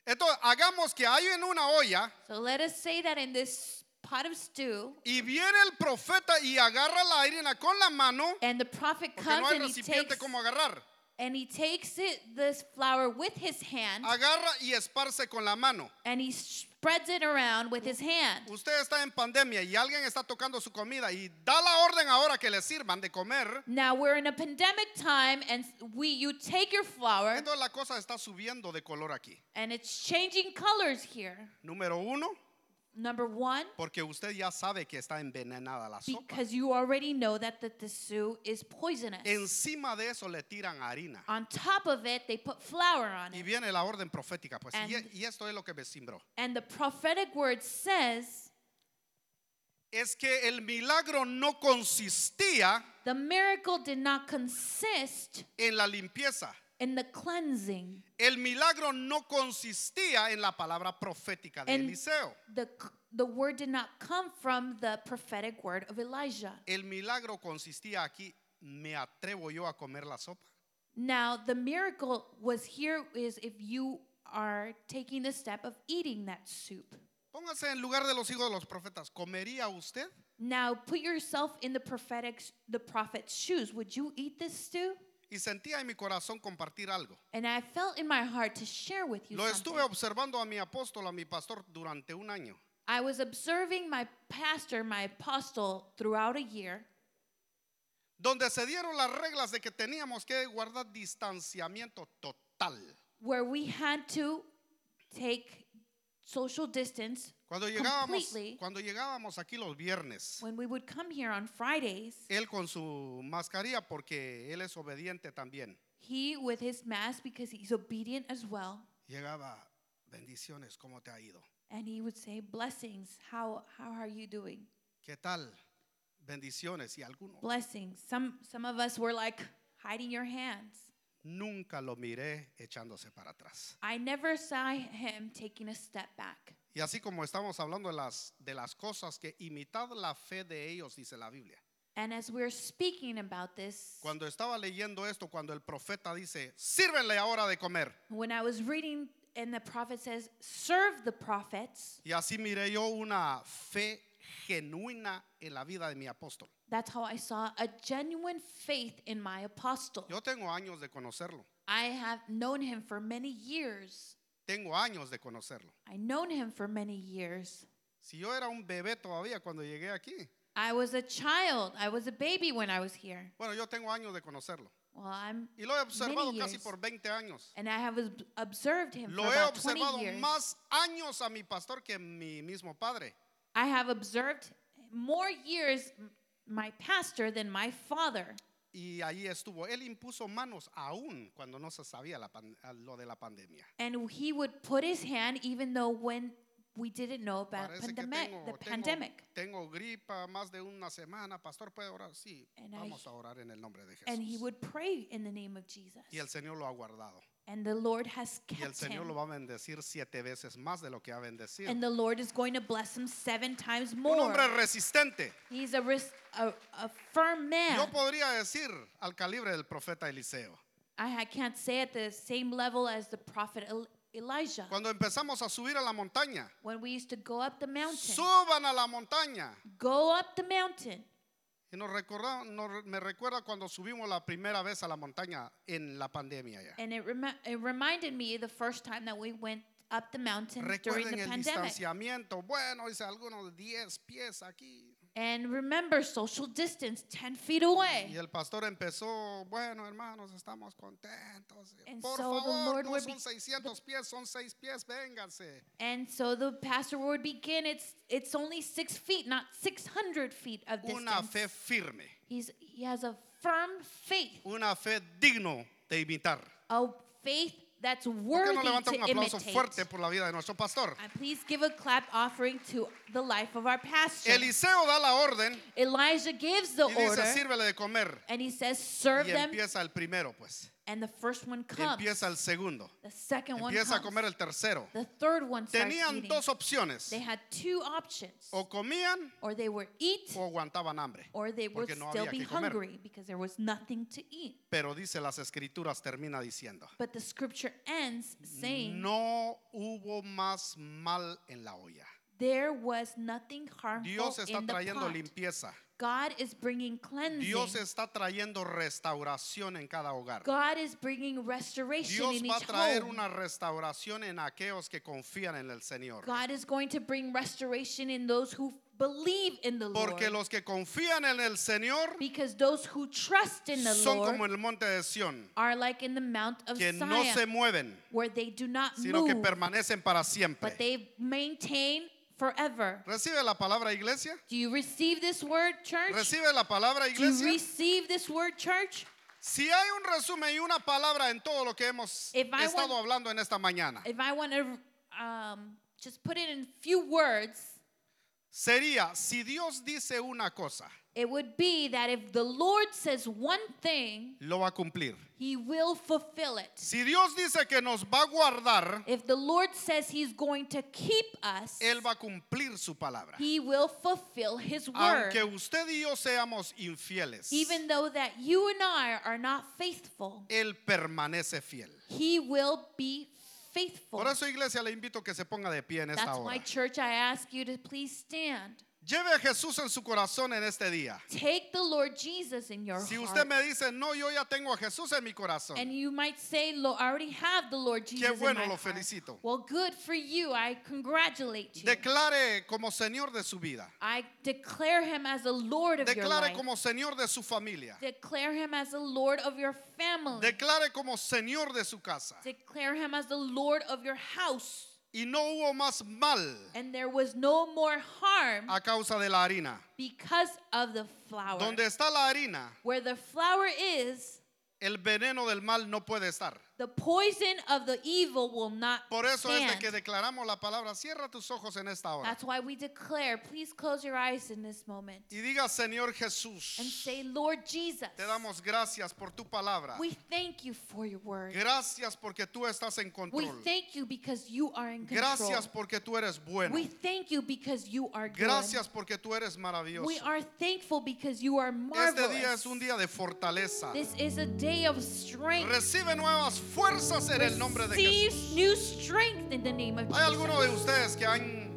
S1: Entonces, hagamos que hay en una olla
S2: So let us say that in this pot of stew,
S1: y viene el profeta y agarra la harina con la mano
S2: and the prophet
S1: porque
S2: comes
S1: no hay
S2: and, he
S1: recipiente
S2: takes,
S1: como agarrar.
S2: and he takes it, this flour with his hand
S1: Agarra y esparce con la mano.
S2: and he spreads it around with his hand.
S1: Usted está en pandemia y alguien está tocando su comida y da la orden ahora que le sirvan de comer.
S2: Now we're in a pandemic time, and we you take your flour
S1: Entonces la cosa está subiendo de color aquí.
S2: and it's changing colors here.
S1: Número uno,
S2: Number one,
S1: porque usted ya sabe que está envenenada la sopa.
S2: because you already know that the tissu is poisonous.
S1: Encima de eso le tiran harina.
S2: on top of it, they put flour on
S1: Y
S2: it.
S1: viene la orden profética, pues. Y,
S2: And-
S1: y esto es lo que me cimbró.
S2: And the prophetic word says
S1: Es que el milagro no consistía
S2: the miracle did not consist
S1: en la limpieza.
S2: in the cleansing.
S1: El milagro no consistía en la palabra profética de
S2: And-
S1: Eliseo.
S2: The, the word did not come from the prophetic word of Elijah.
S1: El milagro consistía aquí, me atrevo yo a comer la sopa.
S2: Now, the miracle was here is if you are taking the step of eating that soup.
S1: Póngase en lugar de los hijos de los profetas. ¿Comería usted?
S2: Now, put yourself in the prophetic the prophet's shoes. Would you eat this stew?
S1: Y sentía en mi corazón compartir algo.
S2: And I felt in my heart to share with you
S1: Lo estuve
S2: something.
S1: observando a mi apóstol, a mi pastor, durante un año.
S2: I was observing my pastor, my apostle throughout a year
S1: donde se dieron las reglas de que teníamos que guardar distanciamiento total.
S2: where we had to take social distance
S1: Cuando llegábamos,
S2: Completely. Pues-
S1: cuando llegábamos aquí los viernes,
S2: when we would come here on Fridays.
S1: él con su mascarilla porque él es obediente también.
S2: He with his mask because he's obedient as well.
S1: Llegaba, bendiciones, ¿cómo te ha ido?
S2: And he would say, Blessings, how, how are you doing?
S1: ¿Qué tal? Bendiciones y algunos.
S2: Blessings. Some, some of us were like hiding your hands.
S1: Nunca lo miré echándose para atrás.
S2: I never saw him taking a step back.
S1: Y así como estamos hablando de las, de las cosas que imitad la fe de ellos, dice la Biblia.
S2: And as we're speaking about this,
S1: Cuando estaba leyendo esto, cuando el profeta dice, sírvenle ahora de comer.
S2: when I was reading, and the prophet says, Serve the prophets,
S1: Y así miré yo una fe genuina en la vida de mi apóstol.
S2: that's how I saw a genuine faith in my apostle.
S1: Yo tengo años de conocerlo,
S2: I have known him for many years.
S1: tengo años de conocerlo.
S2: I've known him for many years.
S1: Si yo era un bebé todavía cuando llegué aquí,
S2: I was a child. I was a baby when I was here.
S1: bueno, yo tengo años de conocerlo.
S2: Well, I'm,
S1: Y lo he observado
S2: Many
S1: casi
S2: years.
S1: por 20 años.
S2: and I have ob- observed him
S1: Lo
S2: for
S1: he
S2: about 20
S1: observado
S2: years.
S1: más años a mi pastor que a mi mismo padre.
S2: I have observed more years m- my pastor than my father.
S1: Y ahí estuvo. Él impuso manos aún cuando no se sabía la pan- lo de la pandemia.
S2: And he would put his hand even though when we didn't know about
S1: Parece que
S2: pandemic,
S1: tengo,
S2: the
S1: tengo-
S2: pandemic.
S1: tengo gripa más de una semana. Pastor, ¿puede orar? Sí,
S2: And I-
S1: vamos a orar en el nombre de
S2: And he
S1: Jesús.
S2: would pray in the name of Jesus.
S1: Y el Señor lo ha guardado.
S2: And the Lord has
S1: Y el
S2: kept
S1: Señor
S2: him.
S1: lo va a bendecir siete veces más de lo que ha bendecido.
S2: And the Lord is going to bless him seven times
S1: Un
S2: more.
S1: hombre resistente.
S2: He's a, ris- a, a firm man.
S1: Yo podría decir al calibre del profeta Eliseo.
S2: I, I can't say at the same level as the prophet El- Elijah.
S1: Cuando empezamos a subir a la montaña,
S2: When we used to go up the mountain,
S1: suban a la montaña.
S2: go up the mountain.
S1: Y nos recorda- nos- me recuerda cuando subimos la primera vez a la montaña en la pandemia ya.
S2: And it, remi- it reminded me the first time that we went up the mountain during the
S1: Recuerden el
S2: pandemic.
S1: distanciamiento. Bueno, dice algunos 10 pies aquí.
S2: And remember social distance 10 feet
S1: Y
S2: away.
S1: el pastor empezó, bueno, hermanos, estamos contentos.
S2: And
S1: Por
S2: so the
S1: favor,
S2: Lord
S1: no
S2: would be-
S1: son 600 pies, son 6 pies, vénganse.
S2: And so the pastor would begin, it's, it's only six feet, not 600 feet of
S1: Una
S2: distance.
S1: fe firme,
S2: He's, he has a firm faith,
S1: una fe digno de imitar.
S2: a faith that's
S1: ¿Por qué
S2: worthy
S1: no levanta
S2: to
S1: un aplauso
S2: imitate.
S1: fuerte por la vida de nuestro pastor?
S2: And please give a clap offering to the life of our pastor.
S1: Eliseo da la orden
S2: Elijah gives the
S1: y dice,
S2: order
S1: sírvele de comer.
S2: and he says, Serve
S1: Y
S2: them.
S1: empieza el primero, pues.
S2: And the first one
S1: y
S2: comes.
S1: empieza el segundo.
S2: the second one
S1: Empieza a comer
S2: comes.
S1: el tercero.
S2: The third one starts
S1: Tenían
S2: eating.
S1: dos opciones.
S2: They had two options.
S1: O comían
S2: Or they were eat
S1: o aguantaban hambre.
S2: or they would
S1: porque no
S2: still
S1: había
S2: be
S1: que comer.
S2: hungry because there was nothing to eat.
S1: Pero dice las escrituras, termina diciendo,
S2: But the scripture ends saying
S1: no hubo más mal en la olla.
S2: there was nothing harmful
S1: Dios está
S2: in the
S1: trayendo
S2: pot.
S1: limpieza.
S2: God is bringing cleansing.
S1: Dios está trayendo restauración en cada hogar.
S2: God is bringing restoration
S1: Dios
S2: in
S1: va a
S2: each
S1: traer
S2: home.
S1: una restauración en aquellos que confían en el Señor.
S2: God is going to bring restoration in those who believe in the
S1: Porque
S2: Lord.
S1: los que confían en el Señor
S2: because those who trust in the
S1: son
S2: Lord
S1: como el monte de Sión,
S2: are like in the Mount of
S1: que
S2: Zion,
S1: no se mueven,
S2: where they do not
S1: sino que
S2: move,
S1: permanecen para siempre.
S2: but they maintain forever.
S1: ¿Recibe la palabra iglesia?
S2: Do you receive this word, church?
S1: ¿Recibe la palabra
S2: Do you
S1: iglesia?
S2: receive this word, church?
S1: Si hay un resumen y una palabra en todo lo que hemos
S2: If I
S1: estado
S2: want- Eh.
S1: hablando en esta mañana,
S2: If I want to um, just put it in few words,
S1: sería, si Dios dice una cosa,
S2: it would be that if the Lord says one thing,
S1: lo va a cumplir.
S2: He will fulfill it.
S1: Si Dios dice que nos va a guardar,
S2: If the Lord says He's going to keep us,
S1: Él va a cumplir su palabra.
S2: He will fulfill His word.
S1: Aunque usted y yo seamos infieles,
S2: Even though that you and I are not faithful,
S1: Él permanece fiel.
S2: He will be faithful.
S1: Por eso, iglesia, le invito a que se ponga de pie en esta
S2: That's why,
S1: hora.
S2: church, I ask you to please stand.
S1: Lleve a Jesús en su corazón en este día.
S2: Take the Lord Jesus in your
S1: Si usted
S2: heart.
S1: me dice, no, yo ya tengo a Jesús en mi corazón,
S2: And you might say, "Lo- I already have the Lord Jesus in
S1: bueno,
S2: my
S1: lo
S2: heart."
S1: felicito.
S2: Well, good for you. I congratulate you.
S1: declare como Señor de su vida.
S2: I declare him as the Lord of your
S1: Declare
S2: life.
S1: como Señor de su familia.
S2: Declare him as the Lord of your family.
S1: Declare como Señor de su casa.
S2: Declare him as the Lord of your house.
S1: Y no hubo más mal
S2: And there was no more harm
S1: a causa de la harina.
S2: because of the flower.
S1: Donde está la harina,
S2: Where the flower is,
S1: el veneno del mal no puede estar.
S2: the poison of the evil will not
S1: Por eso es de
S2: stand.
S1: que declaramos la palabra. Cierra tus ojos en esta hora.
S2: That's why we declare, please close your eyes in this moment
S1: Y diga, Señor
S2: and
S1: Jesús,
S2: say, Lord Jesus,
S1: te damos gracias por tu palabra.
S2: we thank you for your word.
S1: Gracias porque tú estás en
S2: We
S1: control.
S2: thank you because you are in control.
S1: Gracias porque tú eres bueno.
S2: We thank you because you are good.
S1: Gracias porque tú eres maravilloso.
S2: We are thankful because you are
S1: Este día
S2: marvelous.
S1: es un día de fortaleza.
S2: This is a day of strength.
S1: Recibe nuevas fuerzas en el nombre de Jesús.
S2: Receive new strength in the name of
S1: Hay algunos de
S2: Jesus.
S1: ustedes que han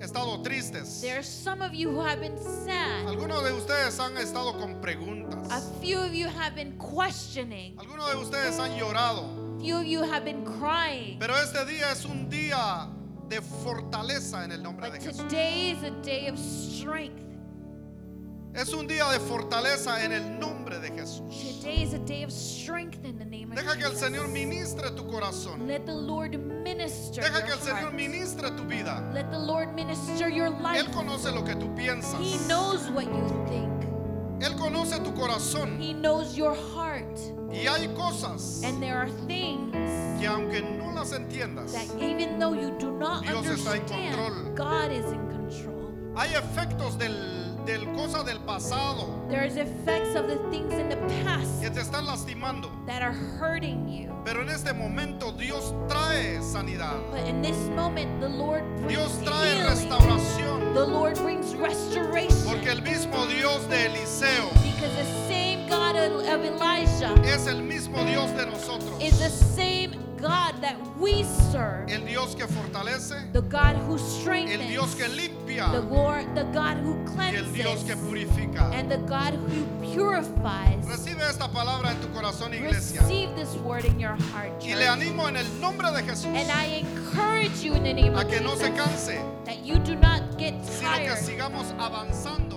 S1: estado tristes.
S2: There are some of you who have been sad.
S1: Algunos de ustedes han estado con
S2: A
S1: preguntas.
S2: few of you have been questioning.
S1: Algunos de ustedes han llorado.
S2: A few of you have been crying.
S1: Pero este día es un día de fortaleza en el nombre
S2: But
S1: de Jesús.
S2: today is a day of strength.
S1: Es un día de fortaleza en el nombre de Jesús.
S2: Today is a day of strength in the name of
S1: Deja que el
S2: Jesus.
S1: Señor ministre tu corazón.
S2: Let the Lord minister
S1: Deja que
S2: your
S1: el Señor
S2: heart.
S1: ministre tu vida.
S2: Let the Lord minister your life.
S1: Él conoce lo que tú piensas.
S2: He knows what you think.
S1: Él conoce tu corazón.
S2: He knows your heart.
S1: Y hay cosas
S2: And there are things
S1: que aunque no las entiendas,
S2: that even though you do not
S1: Dios está en control.
S2: understand, God is in control.
S1: hay efectos del, del cosa del pasado
S2: There's effects of the things in the past
S1: que te están lastimando.
S2: that are hurting you.
S1: Pero en este momento Dios trae sanidad.
S2: But in this moment, the Lord brings
S1: Dios trae
S2: healing.
S1: restauración.
S2: The Lord brings restoration.
S1: Porque el mismo Dios de Eliseo
S2: Because the same God of of Elijah
S1: es el mismo Dios de nosotros.
S2: is the same God that we serve.
S1: El Dios que fortalece,
S2: The God who
S1: el
S2: strengthens.
S1: Dios que limpia
S2: The Lord, the God who
S1: y el
S2: cleanses.
S1: Dios que purifica.
S2: and the God who purifies.
S1: Recibe esta palabra en tu corazón, iglesia.
S2: Receive this word in your heart,
S1: Y le
S2: church.
S1: animo en el nombre de Jesús
S2: And I encourage you in the name
S1: a
S2: of
S1: que no se
S2: Jesus
S1: canse,
S2: that you do not get
S1: sino que
S2: tired,
S1: sigamos avanzando